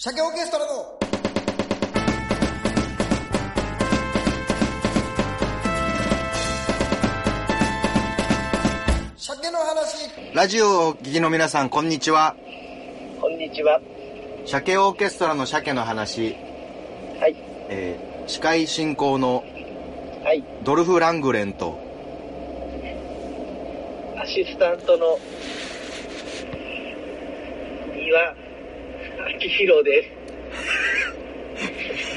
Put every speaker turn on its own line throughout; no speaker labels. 鮭オーケストラの鮭の話
ラジオをお聞きの皆さん、こんにちは。
こんにちは。
鮭オーケストラの鮭の話、
はい。
えー司会進行の
はい。
ドルフ・ラングレンと、
アシスタントの岩明宏で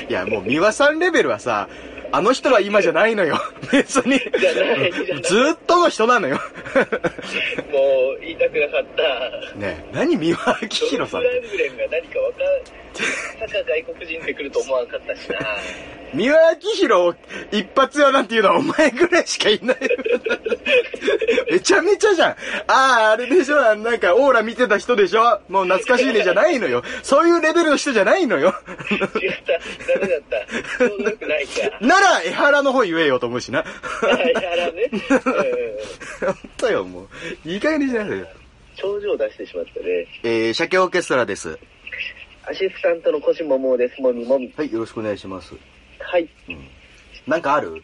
いや、もう、三輪さんレベルはさ、あの人は今じゃないのよ。 別に。
す。じゃない、じゃない。
ずーっとの人なのよ。
もう言いたくなかった。
ねえ、何三輪明宏さんっ
ドル
て。
フラングレンが何かわかん、まさか外国人で来ると思わなかったしな。
三輪明宏を一発屋なんていうのはお前ぐらいしかいない。めちゃめちゃじゃん。ああ、あれでしょなんかオーラ見てた人でしょもう懐かしいねじゃないのよ。そういうレベルの人じゃないのよ。
違った。ダメだった。そんなくないか。
なら、江原の方言えよと思うしな。
はい、やら ね。うん。
本当よ、もう。いい加減にしなさいよ。
症状を出してしまったね。
えー、鮭オーケストラです。
アシスタントの腰ももうです。もみもみ。
はい、よろしくお願いします。
はい。
なんかある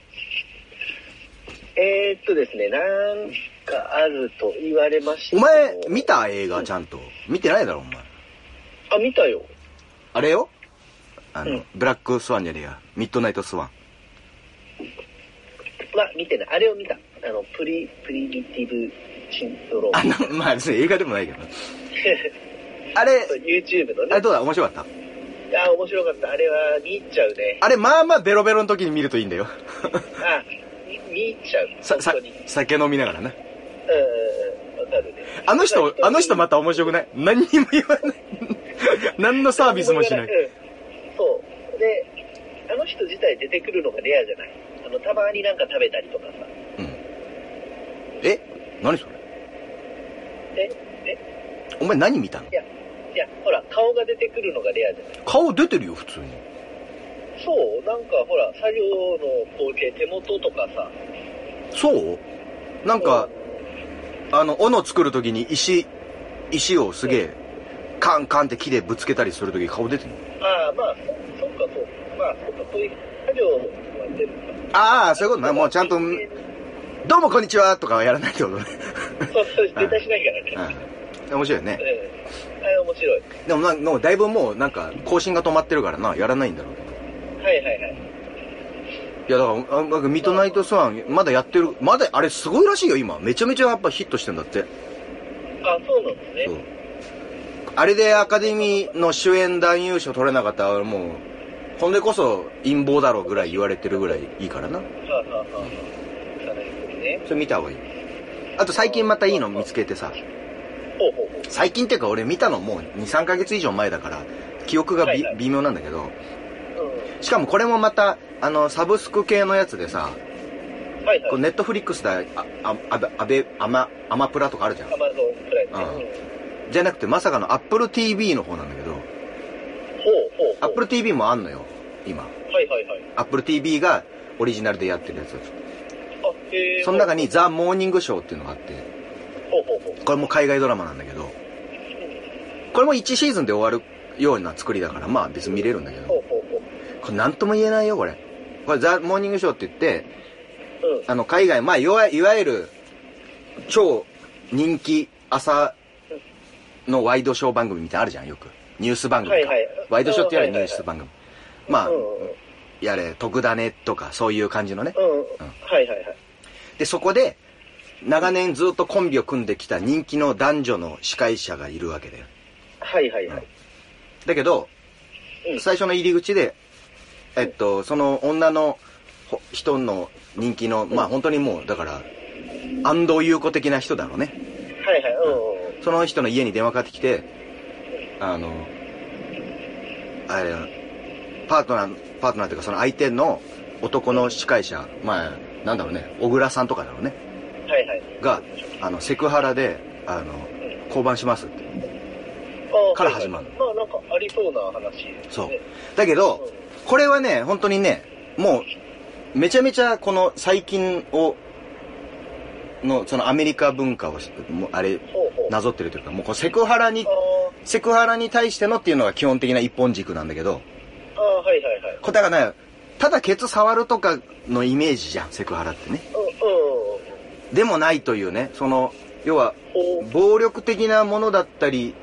えー、っとですね、なんかあると言われました。
お前、見た映画ちゃんと。見てないだろ、お前。
あ、見たよ。
あれよあの、
うん
ブラックスワンじゃねえや。ミッドナイトスワン。
まあ、見てない。あれを見た。あの、プリ、プリミティブシンドロ
あ
ーム。
の、まあ、別に映画でもないけ ど。あれ、
YouTube の
あれ
ね。
どうだ面白かった
あ、面白かった。あれは見入っちゃうね。
あれ、まあまあベロベロの時に見るといいんだよ。
あ、み見入っちゃう。
さ、さ
本当に。うん、
酒飲みながらな。
うん、わかるね。
あの人、あの人また面白くない何にも言わない。 何のサービスもしない。
うんそう。で、あの人自体出てくるのがレアじゃない。あの、たまになんか食べたりとかさ。
え何それ
え
お前何見たの
いや、ほら、顔が出てくるのがレアじゃない。
顔出てるよ普通に
そう、なんかほら、作業の光景、手元とかさ。
そうなんかあの斧作る時に石石をすげえカンカンって木でぶつけたりする時顔出てるの
ああ、まあ、そそっか、そう。まあ、そっか、そういう作業をやってるのか。
ああそういうことなもうちゃんと
そう
「どうもこんにちは」とかはやらないって ことね
そう、出たしないからね。
うん面白いよね
うん。あれ面白い。
でもなんもうだいぶもうなんか更新が止まってるからなやらないんだろうけど
はいはいはい。
いやだからあなんかミッドナイトスワンまだやってるまだあれすごいらしいよ今めちゃめちゃやっぱヒットしてんだって
あ、そうなんですね。
そうあれでアカデミーの主演男優賞取れなかったらもうほんでこそ陰謀だろうぐらい言われてるぐらいいいからな
はあはあはあはあ。かなりね。
それ見た方がいいあと最近またいいの見つけてさ
ほうほうほう。
最近っていうか俺見たのもう23ヶ月以上前だから記憶がび
はいはい
微妙なんだけど
う
しかもこれもまたあのサブスク系のやつでさ
ん。はいはい。
ネットフリックスだあああべあべあまアマプラとかあるじゃん
アマゾンプライムね。
う
うんん。
じゃなくてまさかの AppleTV の方なんだけど
ほうほうほう。
AppleTV もあんのよ今
はいはいはい。
Apple TV がオリジナルでやってるやつ。
あ、へえ。
その中にザ・モーニングショーっていうのがあって、
ほうほうほう。
これも海外ドラマなんだけど、これも1シーズンで終わるような作りだから、まあ別に見れるんだけ
ほ
ど、
うほうほう。
これなんとも言えないよ、これ。これザ・モーニングショーって言って、
うん。
あの海外、まあいわいわゆる超人気朝のワイドショー番組みたいなのあるじゃん、よく。ニュース番組か。
はいはい
ワイドショーって言われるニュース番組。まあ
う、んうん
やれ、特ダネとかそういう感じのね。
うん。はいはいはい。
で、そこで、長年ずっとコンビを組んできた人気の男女の司会者がいるわけだよ。
はいはいはい。
だけど、
うん
最初の入り口で、えっと、その女のほ人の人気の、まあ本当にもう、だから、安藤優子的な人だろうね。
はいはい。うんうん。
その人の家に電話かかってきて、あの、あれ、パートナー、パートナーというかその相手の男の司会者、まあ、なんだろうね、小倉さんとかだろうね。
はいはい。
があのセクハラであの降板しますって
あ
から始まる
はいはいまあなんかありそうな話ですね。
そうだけどこれはね本当にねもうめちゃめちゃこの最近をのそのアメリカ文化をしもうあれ
ほうほう。
なぞってるというかもうこうセクハラに
あ
セクハラに対してのっていうのが基本的な一本軸なんだけど、
ああ、はいはいはい。
これだからね、ただケツ触るとかのイメージじゃん、セクハラってね。
うん、うん。
でもないというね、その、要は、
ほう
暴力的なものだったり、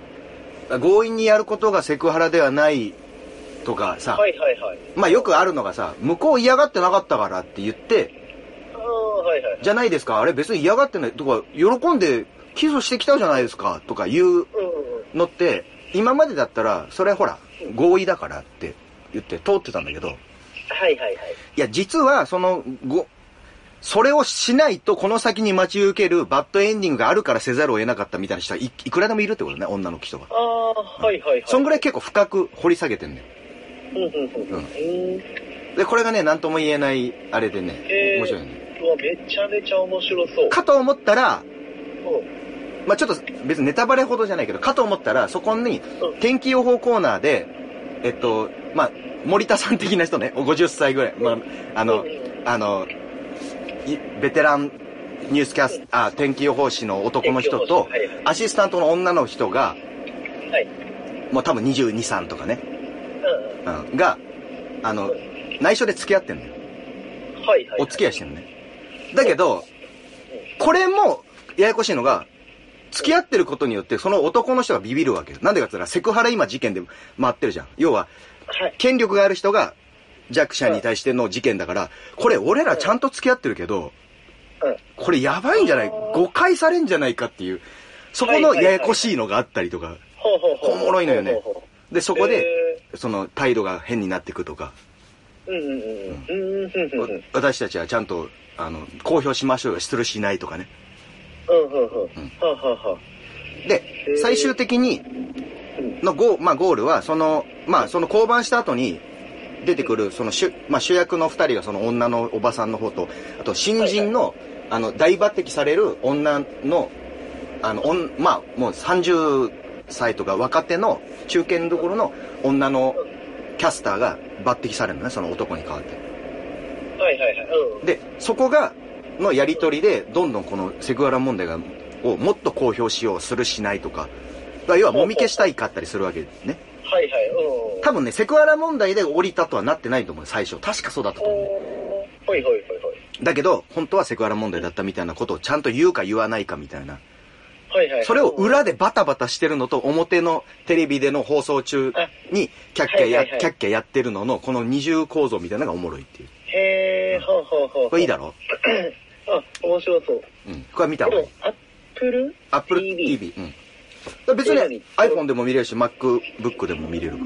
強引にやることがセクハラではないとかさ、
はいはいはい。
まあよくあるのがさ、向こう嫌がってなかったからって言って、
ああ、はいはい。
じゃないですか、あれ別に嫌がってないとか、喜んでキスしてきたじゃないですか、とか言う
うん、
のって、今までだったら、それほら、合意だからって言って通ってたんだけど、
はいはいはい。
いや、実は、その、ご、それをしないと、この先に待ち受けるバッドエンディングがあるからせざるを得なかったみたいな人はい、いくらでもいるってことね、女の人が。
ああ、はいはいはい。
そんぐら
い。
い結構深く掘り下げてんだよ。
うんうんうん。うん。
で、これがね、なんとも言えない、あれでね
え、ー
面白いよね。
うわ、めちゃめちゃ面白そう。
かと思ったら、
うん
まあちょっと別にネタバレほどじゃないけど、かと思ったら、そこに
うん
天気予報コーナーで、えっと、まあ森田さん的な人ね、 お50歳ぐらい、まああの
うんうん、
あの、いベテランニュースキャスあ、天気予報士の男の人
天気予
と
報士はいはい、
アシスタントの女の人が、
はい。
もう多分22、3とかね、
う
うん、が、あの、内緒で付き合ってんのよ。
ん。はいはい。
お付き合いしてるのね。だけど、これも、ややこしいのが、付き合ってることによって、その男の人がビビるわけよ。なんでかって言ったら、セクハラ今事件で回ってるじゃん。要は、
はい。
権力がある人が弱者に対しての事件だから、これ俺らちゃんと付き合ってるけど、
うん。
これやばいんじゃない誤解されんじゃないかっていう、そこのややこしいのがあったりとか、
ほうほうほう。
おもろいのよね
ほうほうほ。
で、そこで
へ、
その態度が変になってくとか、
ううんうんうんうん。うんうんうんうん。
私たちはちゃんと、あの、公表しましょうよ、するしないとかね。
うんうんうん。はあはあはあ。
で
ー、
最終的に、のゴー、まあゴールは、その、まあその降板した後に、出てくる、その主、まあ主役の二人がその女のおばさんの方と、あと新人の、あの、大抜擢される女の、あの、おんまあもう30歳とか若手の中堅どころの女のキャスターが抜擢されるのね、その男に代わって。
はいはいはい。うん。
で、そこが、のやりとりで、どんどんこのセクハラ問題が、をもっと公表しよう、するしないとか、だから要はもみ消したいかったりするわけですね。
はいはい。うん。
多分ね、セクハラ問題で降りたとはなってないと思う、最初。確かそうだったと思うね。
はいはいはい
だけど、本当はセクハラ問題だったみたいなことをちゃんと言うか言わないかみたいな。
はい。はいはい。
それを裏でバタバタしてるのと、表のテレビでの放送中に、キャッキャや、
はいはいはい
キャッキャやってるのの、この二重構造みたいなのがおもろいっていう。
へえ、はあはあは
こ
あ。
れいいだろ
あ、面白そう。
うん。これは見た
こ
方がい
れ
い。、
アップル
アップル
TV
TV。うん。だから別に iPhone でも見れるし、MacBook でも見れるか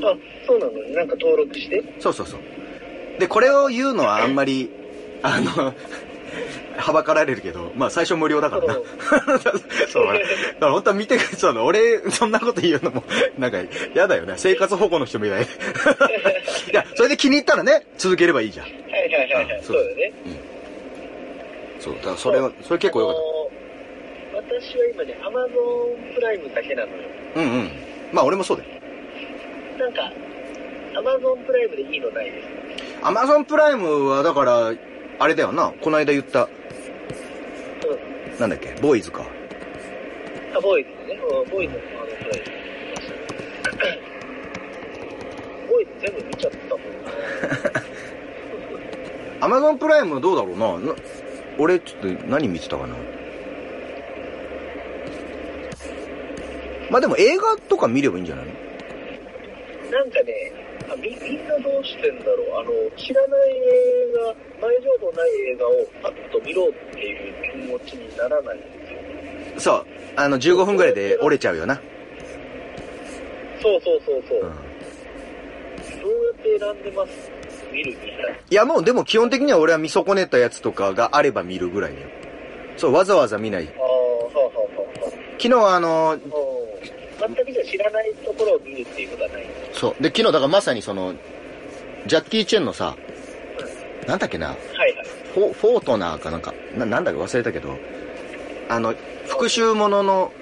ら。
あ、そうなのね。なんか登録して。
そうそうそう。で、これを言うのはあんまり、あの、 はばかられるけど、まあ最初無料だからな。
そう
そうだね。だから本当は見てくれそうな。俺、そんなこと言うのも、なんか、やだよね。生活保護の人みたいで。 いや、それで気に入ったらね、続ければいいじゃん。
はいはいはいはい。そうだね。
そう、だからそれは、それ結構よかっ
あのー私は今ね、アマゾンプライムだけなのよ。
た。うんうん。まあ俺もそうだよ。
なんか、アマゾンプライムでいいのないです。
アマゾンプライムはだから、あれだよな。この間言った、
うん。
なんだっけ、ボーイズか。
あ、ボーイズね。うんボーイズのアマゾンプライム。ボーイズ全部見ちゃったもんな。
アマゾンプライムどうだろうな。な俺、ちょっと何見てたかな。まあでも映画とか見ればいいんじゃないの
なんかね、あみみんなどうしてんだろう、あの知らない映画、前情報ない映画をパッと見ろっていう気持ちにならない。
そう。あの、15分ぐらいで折れちゃうよな。
そうそうそうそ
う
う。
ん。
どうやって選んでます見るみたい
いやもうでも基本的には俺は見損ねたやつとかがあれば見るぐらいだよ。そう、わざわざ見ない。
ああ、はあはあは
昨日はあの、
あはあ。全くじゃあ知らないところを見るっていうことはない。
そう。で、昨日だからまさにその、ジャッキー・チェンのさ、なんだっけな、
はいはい。
フォフォートナーかなんか、ななんだか忘れたけど、あの、復讐ものの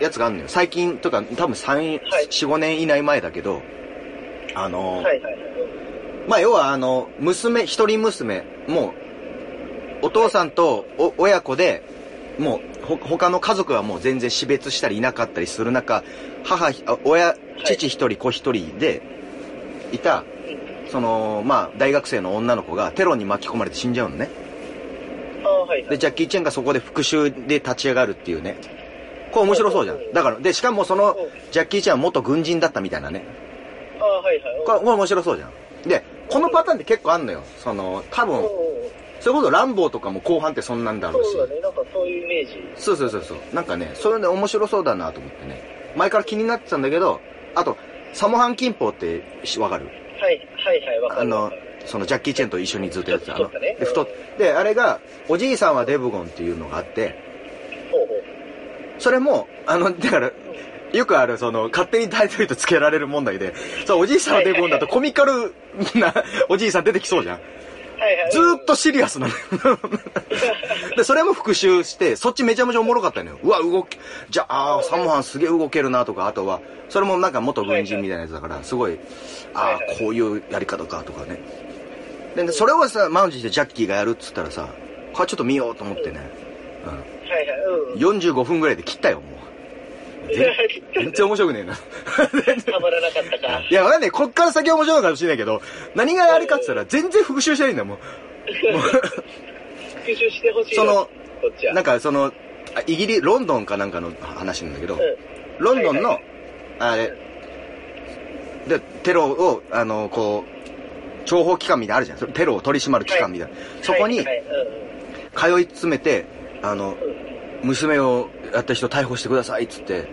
やつがあるのよ。最近とか、多分3、
はい
4、5年以内前だけど、あの、
はいはいはい。
まあ、要はあの、娘、一人娘、もう、お父さんとお親子で、もうほ他の家族はもう全然死別したりいなかったりする中母ひあ親父一人子一人でいたそのまあ大学生の女の子がテロに巻き込まれて死んじゃうのね
ああ、はい、は
で
い。
ジャッキー・チェンがそこで復讐で立ち上がるっていうねこれ面白そうじゃんだからでしかもそのジャッキー・チェンは元軍人だったみたいなね
ああ、はい、はい。
これこれ面白そうじゃんでこのパターンって結構あんのよその多
うん
分
うんうん
それこそランボーとかも後半ってそんなんだろうし
そうだね、なんかそういうイメージ。
そうそうそうそうなんかねそれね面白そうだなと思ってね前から気になってたんだけどあとサモハン・キンポーってしわかる
はい、はい、はい、わか
あ
る。
の、そのジャッキー・チェンと一緒にずっとやってたあの
太ったね
で太っであれがおじいさんはデブゴンっていうのがあって
ほうほう。
それもあのだからよくあるその勝手にタイトルと付けられる問題でそうおじいさんはデブゴンだとコミカルな おじいさん出てきそうじゃん
はい、はい。
ずーっとシリアスなのよ で、それも復習して、そっちめちゃめちゃおもろかったのよ。うわ、動き、じゃあ、あーサモハンすげえ動けるなとか、あとは、それもなんか元軍人みたいなやつだから、すごい、あ
はいは
あ、
い
こういうやり方かとかね。で、でそれをさ、マウンジでジャッキーがやるっつったらさ、これちょっと見ようと思ってね。
はい、はい、
う。
うんん。
45分ぐらいで切ったよ、もう。 全全然面白くねえな。
たまらなかったか。
いや、わかんない。こっから先面白いのかもしれないけど、何があれかって言ったら、全然復習してないんだよもう。もう
復習してほしい
そ
よ
の
こっちは。
なんかその、あイギリス、ロンドンかなんかの話なんだけど、
うん
ロンドン
は
の
い、
あれ、で、テロを、あの、こう、諜報機関みたいなのあるじゃん。それテロを取り締まる機関みたいな。そこに
はい、はいうん
通い詰めて、あの、娘をやった人逮捕してくださいっつって、
うん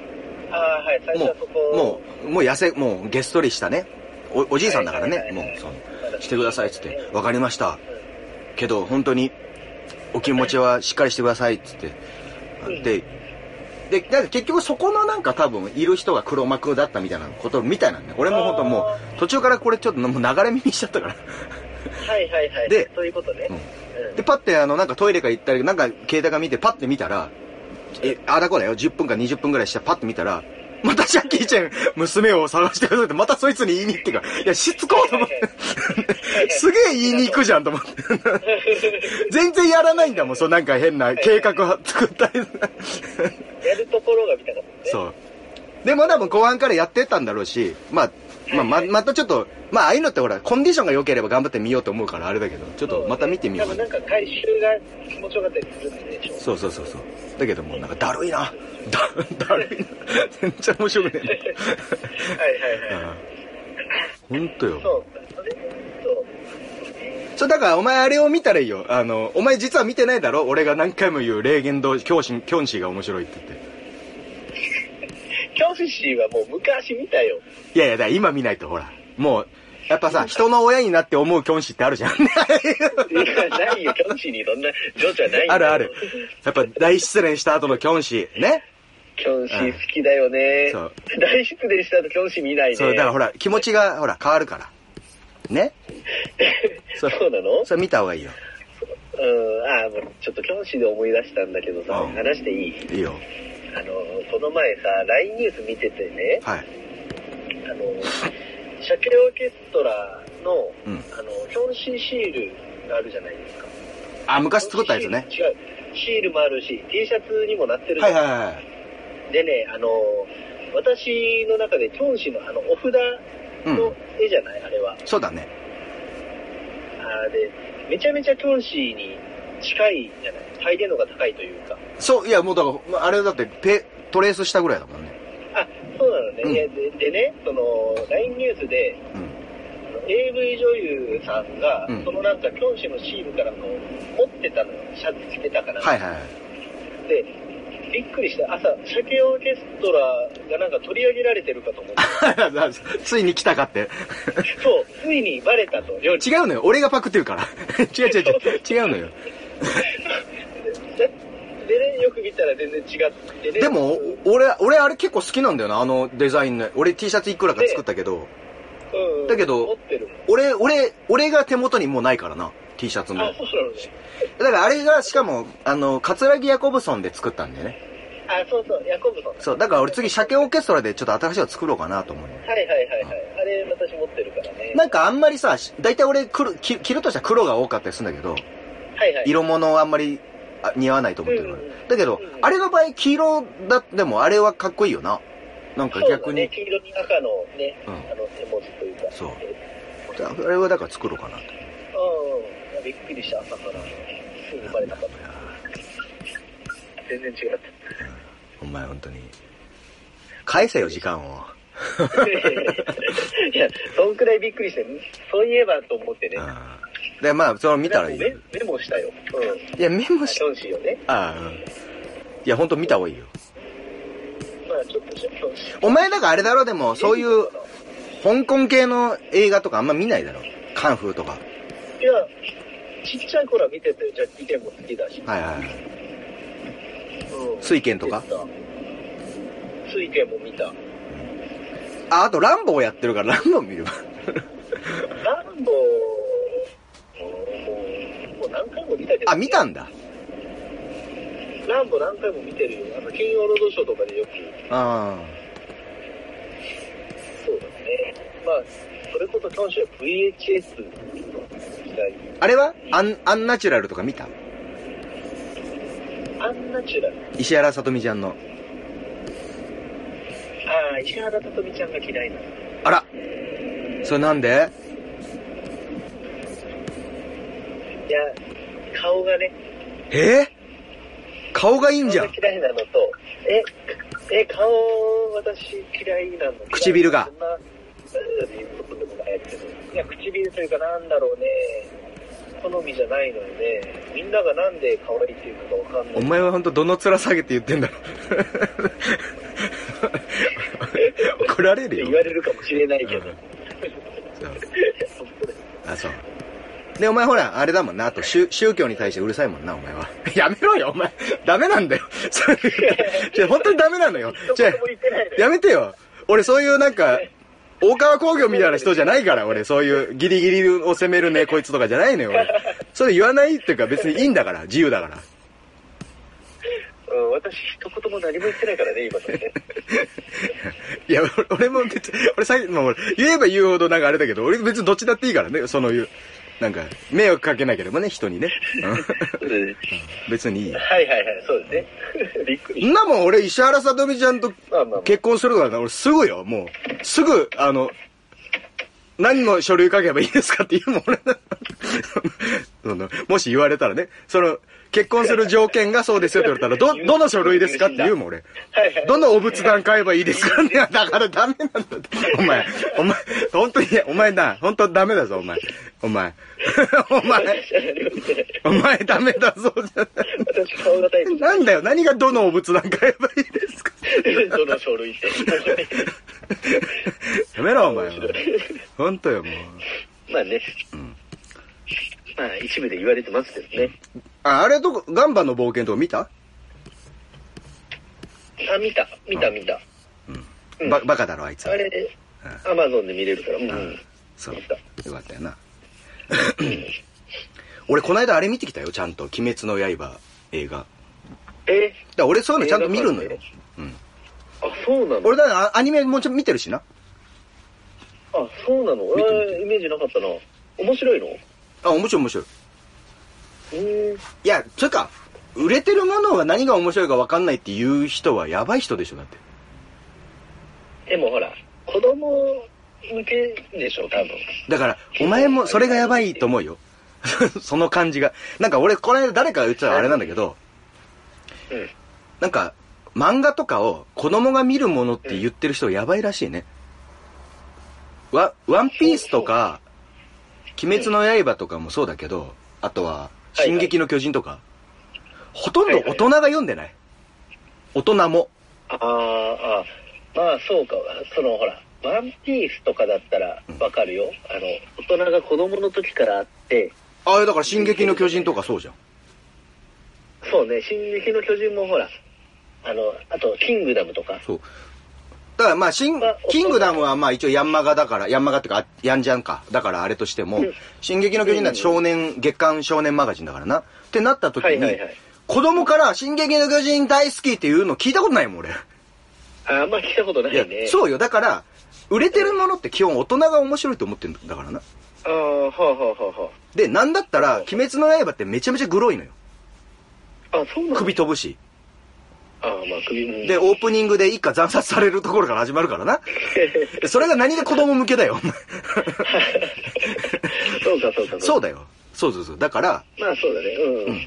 ああ、はい、最初
も
はそこ。
う、もう、もう痩せ、もうげっそりしたね、おおじいさんだから
は
ね、
い
も
は
う
いはい、
そ
ま
の、
だ
してくださいっつって
う、ん
わかりました。けど本当にお気持ちはしっかりしてくださいっつって、
うん
ででなんか結局そこのなんか多分いる人が黒幕だったみたいなことみたいなんで俺も本当も
あ
う途中からこれちょっともう流れ見にしちゃったから
はい、はい、はい。
で
そういうことね。
うん
うん
でパッてあのなんかトイレから行ったりなんか携帯が見てパッて見たらえあだこうだよ10分か20分ぐらいしてパッて見たらまたジャッキーちゃん娘を探してくださいってまたそいつに言いに行ってからいやしつこうと思ってすげえ言いに行くじゃんと思って全然やらないんだもん、そうなんか変な計画を作ったり。
やるところが見たかったね。
そう。でも多分後半からやってったんだろうし、まあ、まあ、ま、またちょっと、まあ、ああいうのってほら、コンディションが良ければ頑張ってみようと思うから、あれだけど、ちょっとまた見てみようか
多分な
な。
んか回収が気持ちよかったりするんでしょ。
そうそうそうそう。だけどもうなんかだるいな。だ、だるいな。全然面白くね
はいはい
え
はい。
な。うん。ほんと
そ
よ。
う。それそう。
そう、だからお前あれを見たらいいよ。あの、お前実は見てないだろ俺が何回も言う霊言道、教師、教師が面白いって言って。
教師シーはもう昔見たよ。
いやいや、だから今見ないとほら、もう、やっぱさ、人の親になって思うキョンシーってあるじゃん。
いや、ないよ。教師にそんな情緒はないんだよ
あるある。。やっぱ大失恋した後のキョンシー。ね。
教師好きだよね。
そう
大失恋した後教師見ないね。
そう、だからほら、気持ちがほら、変わるから。ね。
そうなの
それ見た方がいいよ。
うん。ああ、もうちょっと教師で思い出したんだけどさ、
うん
話していい
いいよ。
あの、この前さ、LINE ニュース見ててね、
はい。
あの、シャケオーケストラの、
うん
あの、キョンシーシールがあるじゃないですか。
あ、昔作ったやつね。
違う。シールもあるし、T シャツにもなってるじ
は
ゃん
いはいはい。
でね、あの、私の中で、キョンシーのあの、お札
うん
の。絵じゃない、あれは。
そうだね。
あーで、めちゃめちゃキョンシーに近いじゃない。再現度が高いというか。
そう、いやもうだからまあ、あれだって、ペ、トレースしたぐらいだもんね。
あ、そうなのね。
うん
いやででね、その、LINE ニュースで、
うん。
あの AV 女優さんが、
うん
そのなんか、キョンシーのシールからこう、持ってたのよ。シャツ着てたから。
はいはいはい。
で、びっくりした。朝、シャケオーケストラがなんか取り上げられてるかと思 って。
ついに来たかって。
そう、ついにバレたと。料理
違うのよ。俺がパクってるから。 違う違う違う。違うのよ。
ででね、よく見たら全然違ってね。
でも
うん、
俺、俺あれ結構好きなんだよな、あのデザインの。俺 T シャツいくらか作ったけど、だけど
持ってるもん。
俺、俺、俺が手元にもうないからな、T シャツも。
あ、
だ
そうなのね。
からあれが、しかも、あの、カツラギ・ヤコブソンで作ったんだよね。
あ、そうそう、ヤコブソン。
そう、だから俺次、鮭オーケストラでちょっと新しいの作ろうかなと思う。
はいはいはいはい。あれ、私持ってるからね。
なんかあんまりさ、大体俺黒、き着るとしたら黒が多かったりするんだけど、
はいはい。
色物をあんまりあ似合わないと思ってるか
うん
ら。だけど、あれの場合、黄色だっても、あれはかっこいいよな。なんか
そう
逆
だ
に
ね、。黄色に赤のね、
うん
あの手文字というか。
そう
え
あれはだから作ろうかなと。
うん。びっくりした、朝から。すぐ生まれなかった。全然違っ
お前本当に。返せよ、時間を。
た。いや、そんくらいびっくりして、そういえばと思ってね。
うん。で、まあ、その見たらいいよ
メ。メモしたよ。うん。
いや、メモし
ションシーをね。
ああ、うん。いや、ほんと見た方がいいよ。
まあちょっとションシー。
お前だからあれだろ、でも、そういう、
い
香港系の映画とかあんま見ないだろ。カンフーとか。
や、ちっちゃい頃は見てて、ジャッキー・チェンも好きだし。
はいはいはい。
うん
水拳とか
見てた水拳も見た。
あ、あと、ランボーやってるから、ランボー見れば。
ランボー、もうもう何回も見たけど。
あ、見たんだ。
ランボ何回も見てるよ。あの、金曜ロードショーとかでよく。
あ
そうだね。まあ、それこそ当初は VHS の時代。
あ。あれはアン、アンナチュラルとか見た
アンナチュラル。
石原さとみちゃんの。
ああ、石原さとみちゃんが嫌いなの。
あら。それなんで
いや、顔がね、
えー顔がいいんじゃん
顔。が嫌いなのと、え、え、顔、私嫌いなの。
唇が
そんな、うん言うことでもないけど。いや、唇というかなんだろうね。好みじゃないのよね。みんながなんで可愛いっていうのかわかんない。
お前はほんとどの面下げて言ってんだろ。 怒られ
って
る
言
よ
わ。れるかもしれないけど。
うんあ、そう。で、お前ほら、あれだもんな。あと、宗宗教に対してうるさいもんな、お前は。 やめろよ、お前。ダメなんだよ。 そういうちょ、本当にダメなのよ。ちょ
どこも言ってないのよ
やめてよ。俺、そういうなんか、大川工業みたいな人じゃないから、俺、そういうギリギリを責めるね、こいつとかじゃないのよ、俺。それ言わないっていうか、別にいいんだから、自由だから。
うん、私一言も何も言ってないからね、今のね。
いや、俺俺も別に、俺さっきもう言えば言うほどなんかあれだけど、俺別にどっちだっていいからね、その言う。なんか、迷惑かけなければね、人にね。うん別にいいよ。
はいはいはい、そうですね。びっくり
んなもん俺、石原さとみちゃんと
まあまあまあ
結婚するからな、俺すぐよ、もう。すぐ、あの、何の書類書けばいいですかって言うもん、俺。その もし言われたらね、その、結婚する条件がそうですよって言われたら、ど、どの書類ですかって言うもん、俺。
はいはい
どのお仏壇買えばいいですかねだからダメなんだって。お前、お前、本当に、お前な、本当ダメだぞ、お前。お前。 お前、お前ダメだぞ、じゃない。
私顔がタイ プ
なんだよ、何がどのお仏壇買えばいいですか
どの書類って。
やめろ、お前は。本当よ、もう。
まあね。まあ一部で言われてますけどね。
あ、あれとか、ガンバの冒険とか見た、
あ、見た、見た見た。うん
ば、バカだろ、あいつ
あ。れで、アマゾンで見れるから、うん。
そう。
見た
よかったよな。 俺、この間あれ見てきたよ、ちゃんと。鬼滅の刃映画。だか
え
ら俺そういうのちゃんと見るの
映画
よ
館。
うん。
あ、そうなの
俺だからあアニメもちょっと見てるしな。
あ、そうなの
見て
俺、イメージなかったな。面白いのう
あ、面白い面白い。
ーん。
いや、つうか、売れてるものは何が面白いか分かんないっていう人はやばい人でしょ、だって。
でもほら、子供向けでしょ、多分。
だから、お前もそれがやばいと思うよ。 その感じが。なんか俺、この間誰かが言ってたらあれなんだけど、
うん。
なんか、漫画とかを子供が見るものって言ってる人やばいらしいね。ワ、ワンピースとか、鬼滅の刃とかもそうだけど、あとは、
いはい
進撃の巨人とか、ほとんど大人が読んでない。大人も。
あーあー、まあそうか、そのほら、ワンピースとかだったらわかるよ。あの、大人が子供の時からあって、
ああ、だから進撃の巨人とかそうじゃん。
そうね、進撃の巨人もほら、あの、あと、キングダムとか。
そう。だからまあ、シン
まあ、
キングダムはまあ一応ヤンマガだから、ヤンマガっていうか、あヤンジャンか。だからあれとしても
うん、
進撃の巨人なんて少年、月刊少年マガジンだからな。ってなった時
はいは
に
いはい、
子供から進撃の巨人大好きっていうの聞いたことないもん、俺。
あーあんま聞いたことない
いや
ね。、う。
そうよ。だから、売れてるものって基本大人が面白いと思ってるんだからな。
ああ、はあはあはあは
で、なんだったら、鬼滅の刃ってめちゃめちゃグロいのよ。
あ。あ、そうなの
首飛ぶし。
あー、まあ首も。
で、オープニングで一家惨殺されるところから始まるから な。それが何が子供向けだよ、お前
そうか、そうか。
そう
だ。
だよ。そうそうそう。だから、
まあ、そうだね。うん。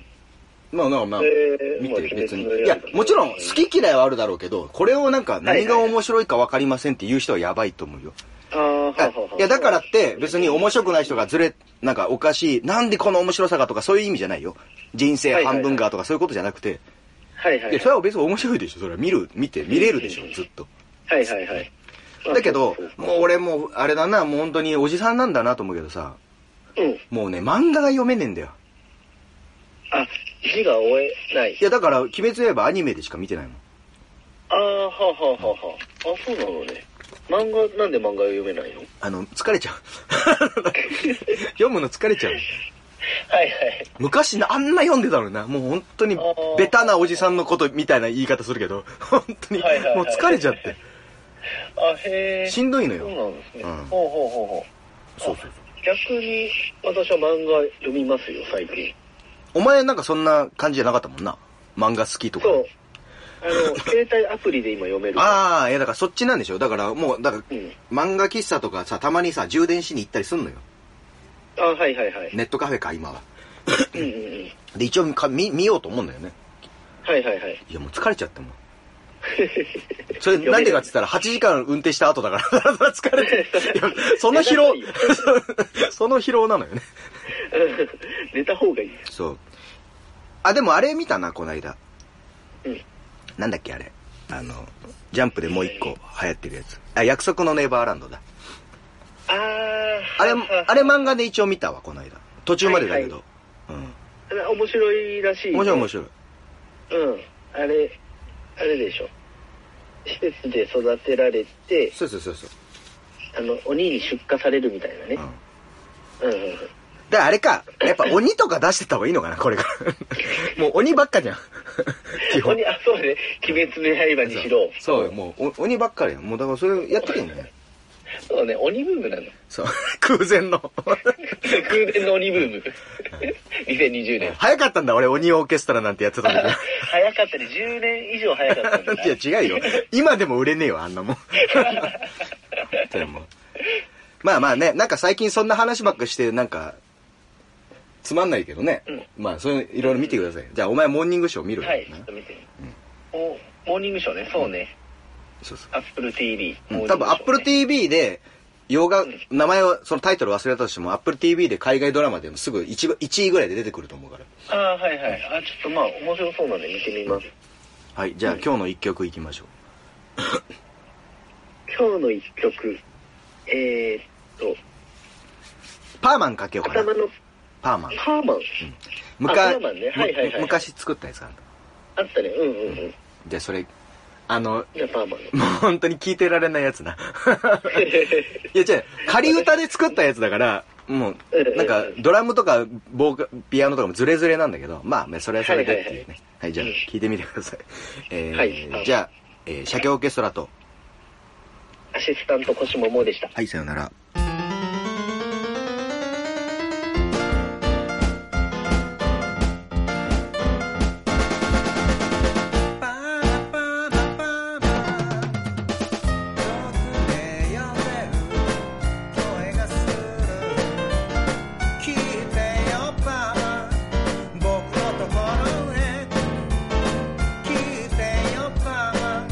まあまあまあ、
えー
見
まあ
て別に。
鬼滅の刃
いや、もちろん好き嫌いはあるだろうけど、これをなんか何が面白いか分かりませんって言う人はやばいと思うよ。
ああ、はあはあはあ
いや、だからっ、て別に面白くない人がずれ、なんかおかしい、なんでこの面白さがとかそういう意味じゃないよ。人生半分がとかそういうことじゃなくて、
はいはいい
や、そ。れは別に面白いでしょ。それは見る、見て、見れるでしょ、ずっと。
はいはいはい。まあ
だけど
そう、そう
もう俺もうあれだな、もう本当におじさんなんだなと思うけどさ、
うん。
もうね、漫画が読めねえんだよ。
あ、字が追えない
い。や、だから、鬼滅言えばアニメでしか見てないもん。
ああ、はあはあはあはあ。あ、そうなのね。漫画、なんで漫画読めないの
あの、疲れちゃう。 読むの疲れちゃう。
はいはい。
昔なあんな読んでたのにな。もう本当に
あー、
ベタなおじさんのことみたいな言い方するけど、本当に
はいはいは、い
もう疲れちゃって。
あ、へえ。
しんどいの
そう
よ。
なんですね。
うん
ほうほうほうほう。
そうそうそう。
逆に、私は漫画読みますよ、最近。
お前なんかそんな感じじゃなかったもんな。漫画好きとか。
そう。あの、携帯アプリで今読める。
ああ、いやだからそっちなんでしょ。だからもう、だから、
うん。
漫画喫茶とかさ、たまにさ、充電しに行ったりすんのよ。
あ、はいはいはい。
ネットカフェか、今は。
うんうんうん。
で、一応か見見ようと思うんだよね。
はいはいはい。
いや、もう疲れちゃってもう。 それなんでかって言ったら、8時間運転した後だから、 だらだら疲れて。いやその疲労、 その疲労なのよね。
寝た方がいい。
そう。あ、でもあれ見たな、この間。
うん
なんだっけ、あれ。あの、ジャンプでもう一個流行ってるやつ。あ、約束のネイバーランドだ。
あー。
あれ、あれ
ま、
漫画で一応見たわ、この間。途中までだけど。
面白いらしい、
うん。面白い面
白
白い。
い。うん。あれ、あれでしょ。施設で育てられて、
そうそうそうそう。
あの、鬼に出荷されるみたいなね
う。ん
うんうんうん。
だからあれか、やっぱ鬼とか出してった方がいいのかな、これ から。もう鬼ばっかじゃん。基本。
鬼、あ、そうね。鬼滅の刃にしろ。
そうよ、もうお鬼ばっかりやん。もうだからそれやってけんね。
そうね、鬼ブームなの。
そう、 空前の。
空前の鬼ブー ム。2020年。
早かったんだ、俺鬼オーケストラなんてやってたんだ
早かったね。10年以上早かったんだな。
け ど。いや、違うよ。今でも売れねえよ、あん なもん。でもまあまあね、なんか最近そんな話ばっかして、なんか、つまんないけどね。まあ、そういう、いろいろ見てください。じゃあ、お前、モーニングショー見ろよ。
はい、ち
な
ょっと見て。おモーニングショーね、そうね。
そうそう。
Apple TV。
うん多分 Apple TV で洋画、名前をそのタイトル忘れたとしても Apple TV で海外ドラマでもすぐ 1, 1位ぐらいで出てくると思うから
ああ、はいはい。あちょっとまあ、面白そうなんで見てみます。
はいじゃあ今日の1曲いきましょう
今日の一曲、えー、っと、
パーマンかけようかな
頭の
パーマン
パーマン。
昔
あパーマンねはいはいはい
む昔作ったやつかな
あったね、うんうんうん。
じゃあそれあの
じゃあパーマン。
もう本当に聞いてられないやつな いや違う仮歌で作ったやつだからもうなんかドラムとかボーカピアノとかもズレズレなんだけどまあねそれはそれでっていうねはいじゃあ聞いてみてください、えー
はい
じゃあ、えー、鮭オーケストラと
アシスタント腰ももでした。
はい、さよなら。
聞いてよパパ僕のところへ聞いてよパパ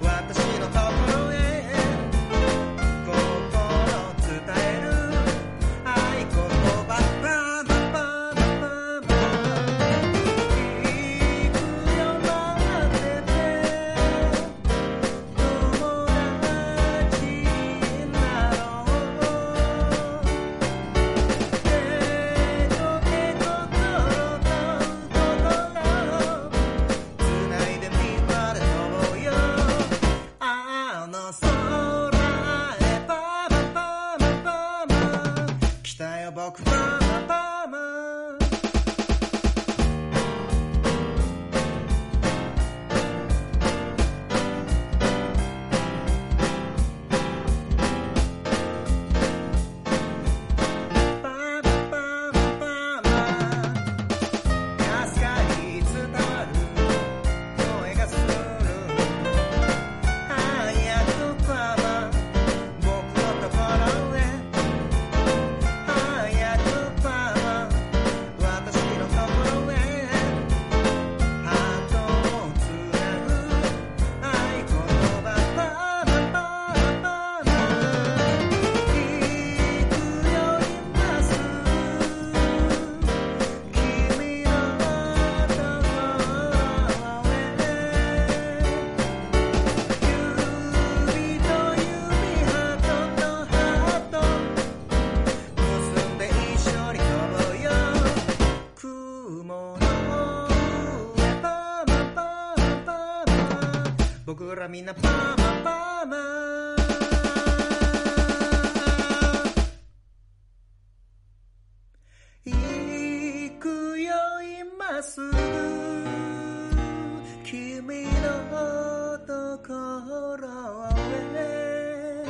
私のところへ心伝える愛言葉パパパパパパ行くよ待ってて友達になろう「けどけどころところ」「つないでみまで飛ぼうよ」「あの空へパマパマパマ」「来たよ僕パマパマ」「パンパンパンパン」「かすかに伝わらみんなパーマパーマ行くよ今すぐ君のところへ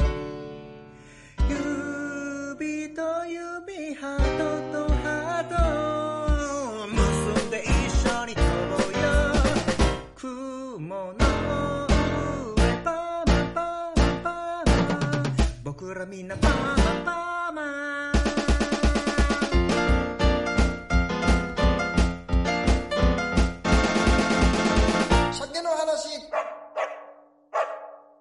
指と指ハートとハート結んで一緒に飛ぼうよ雲の上パーマパーマパーマ僕らみんなパーマパーマ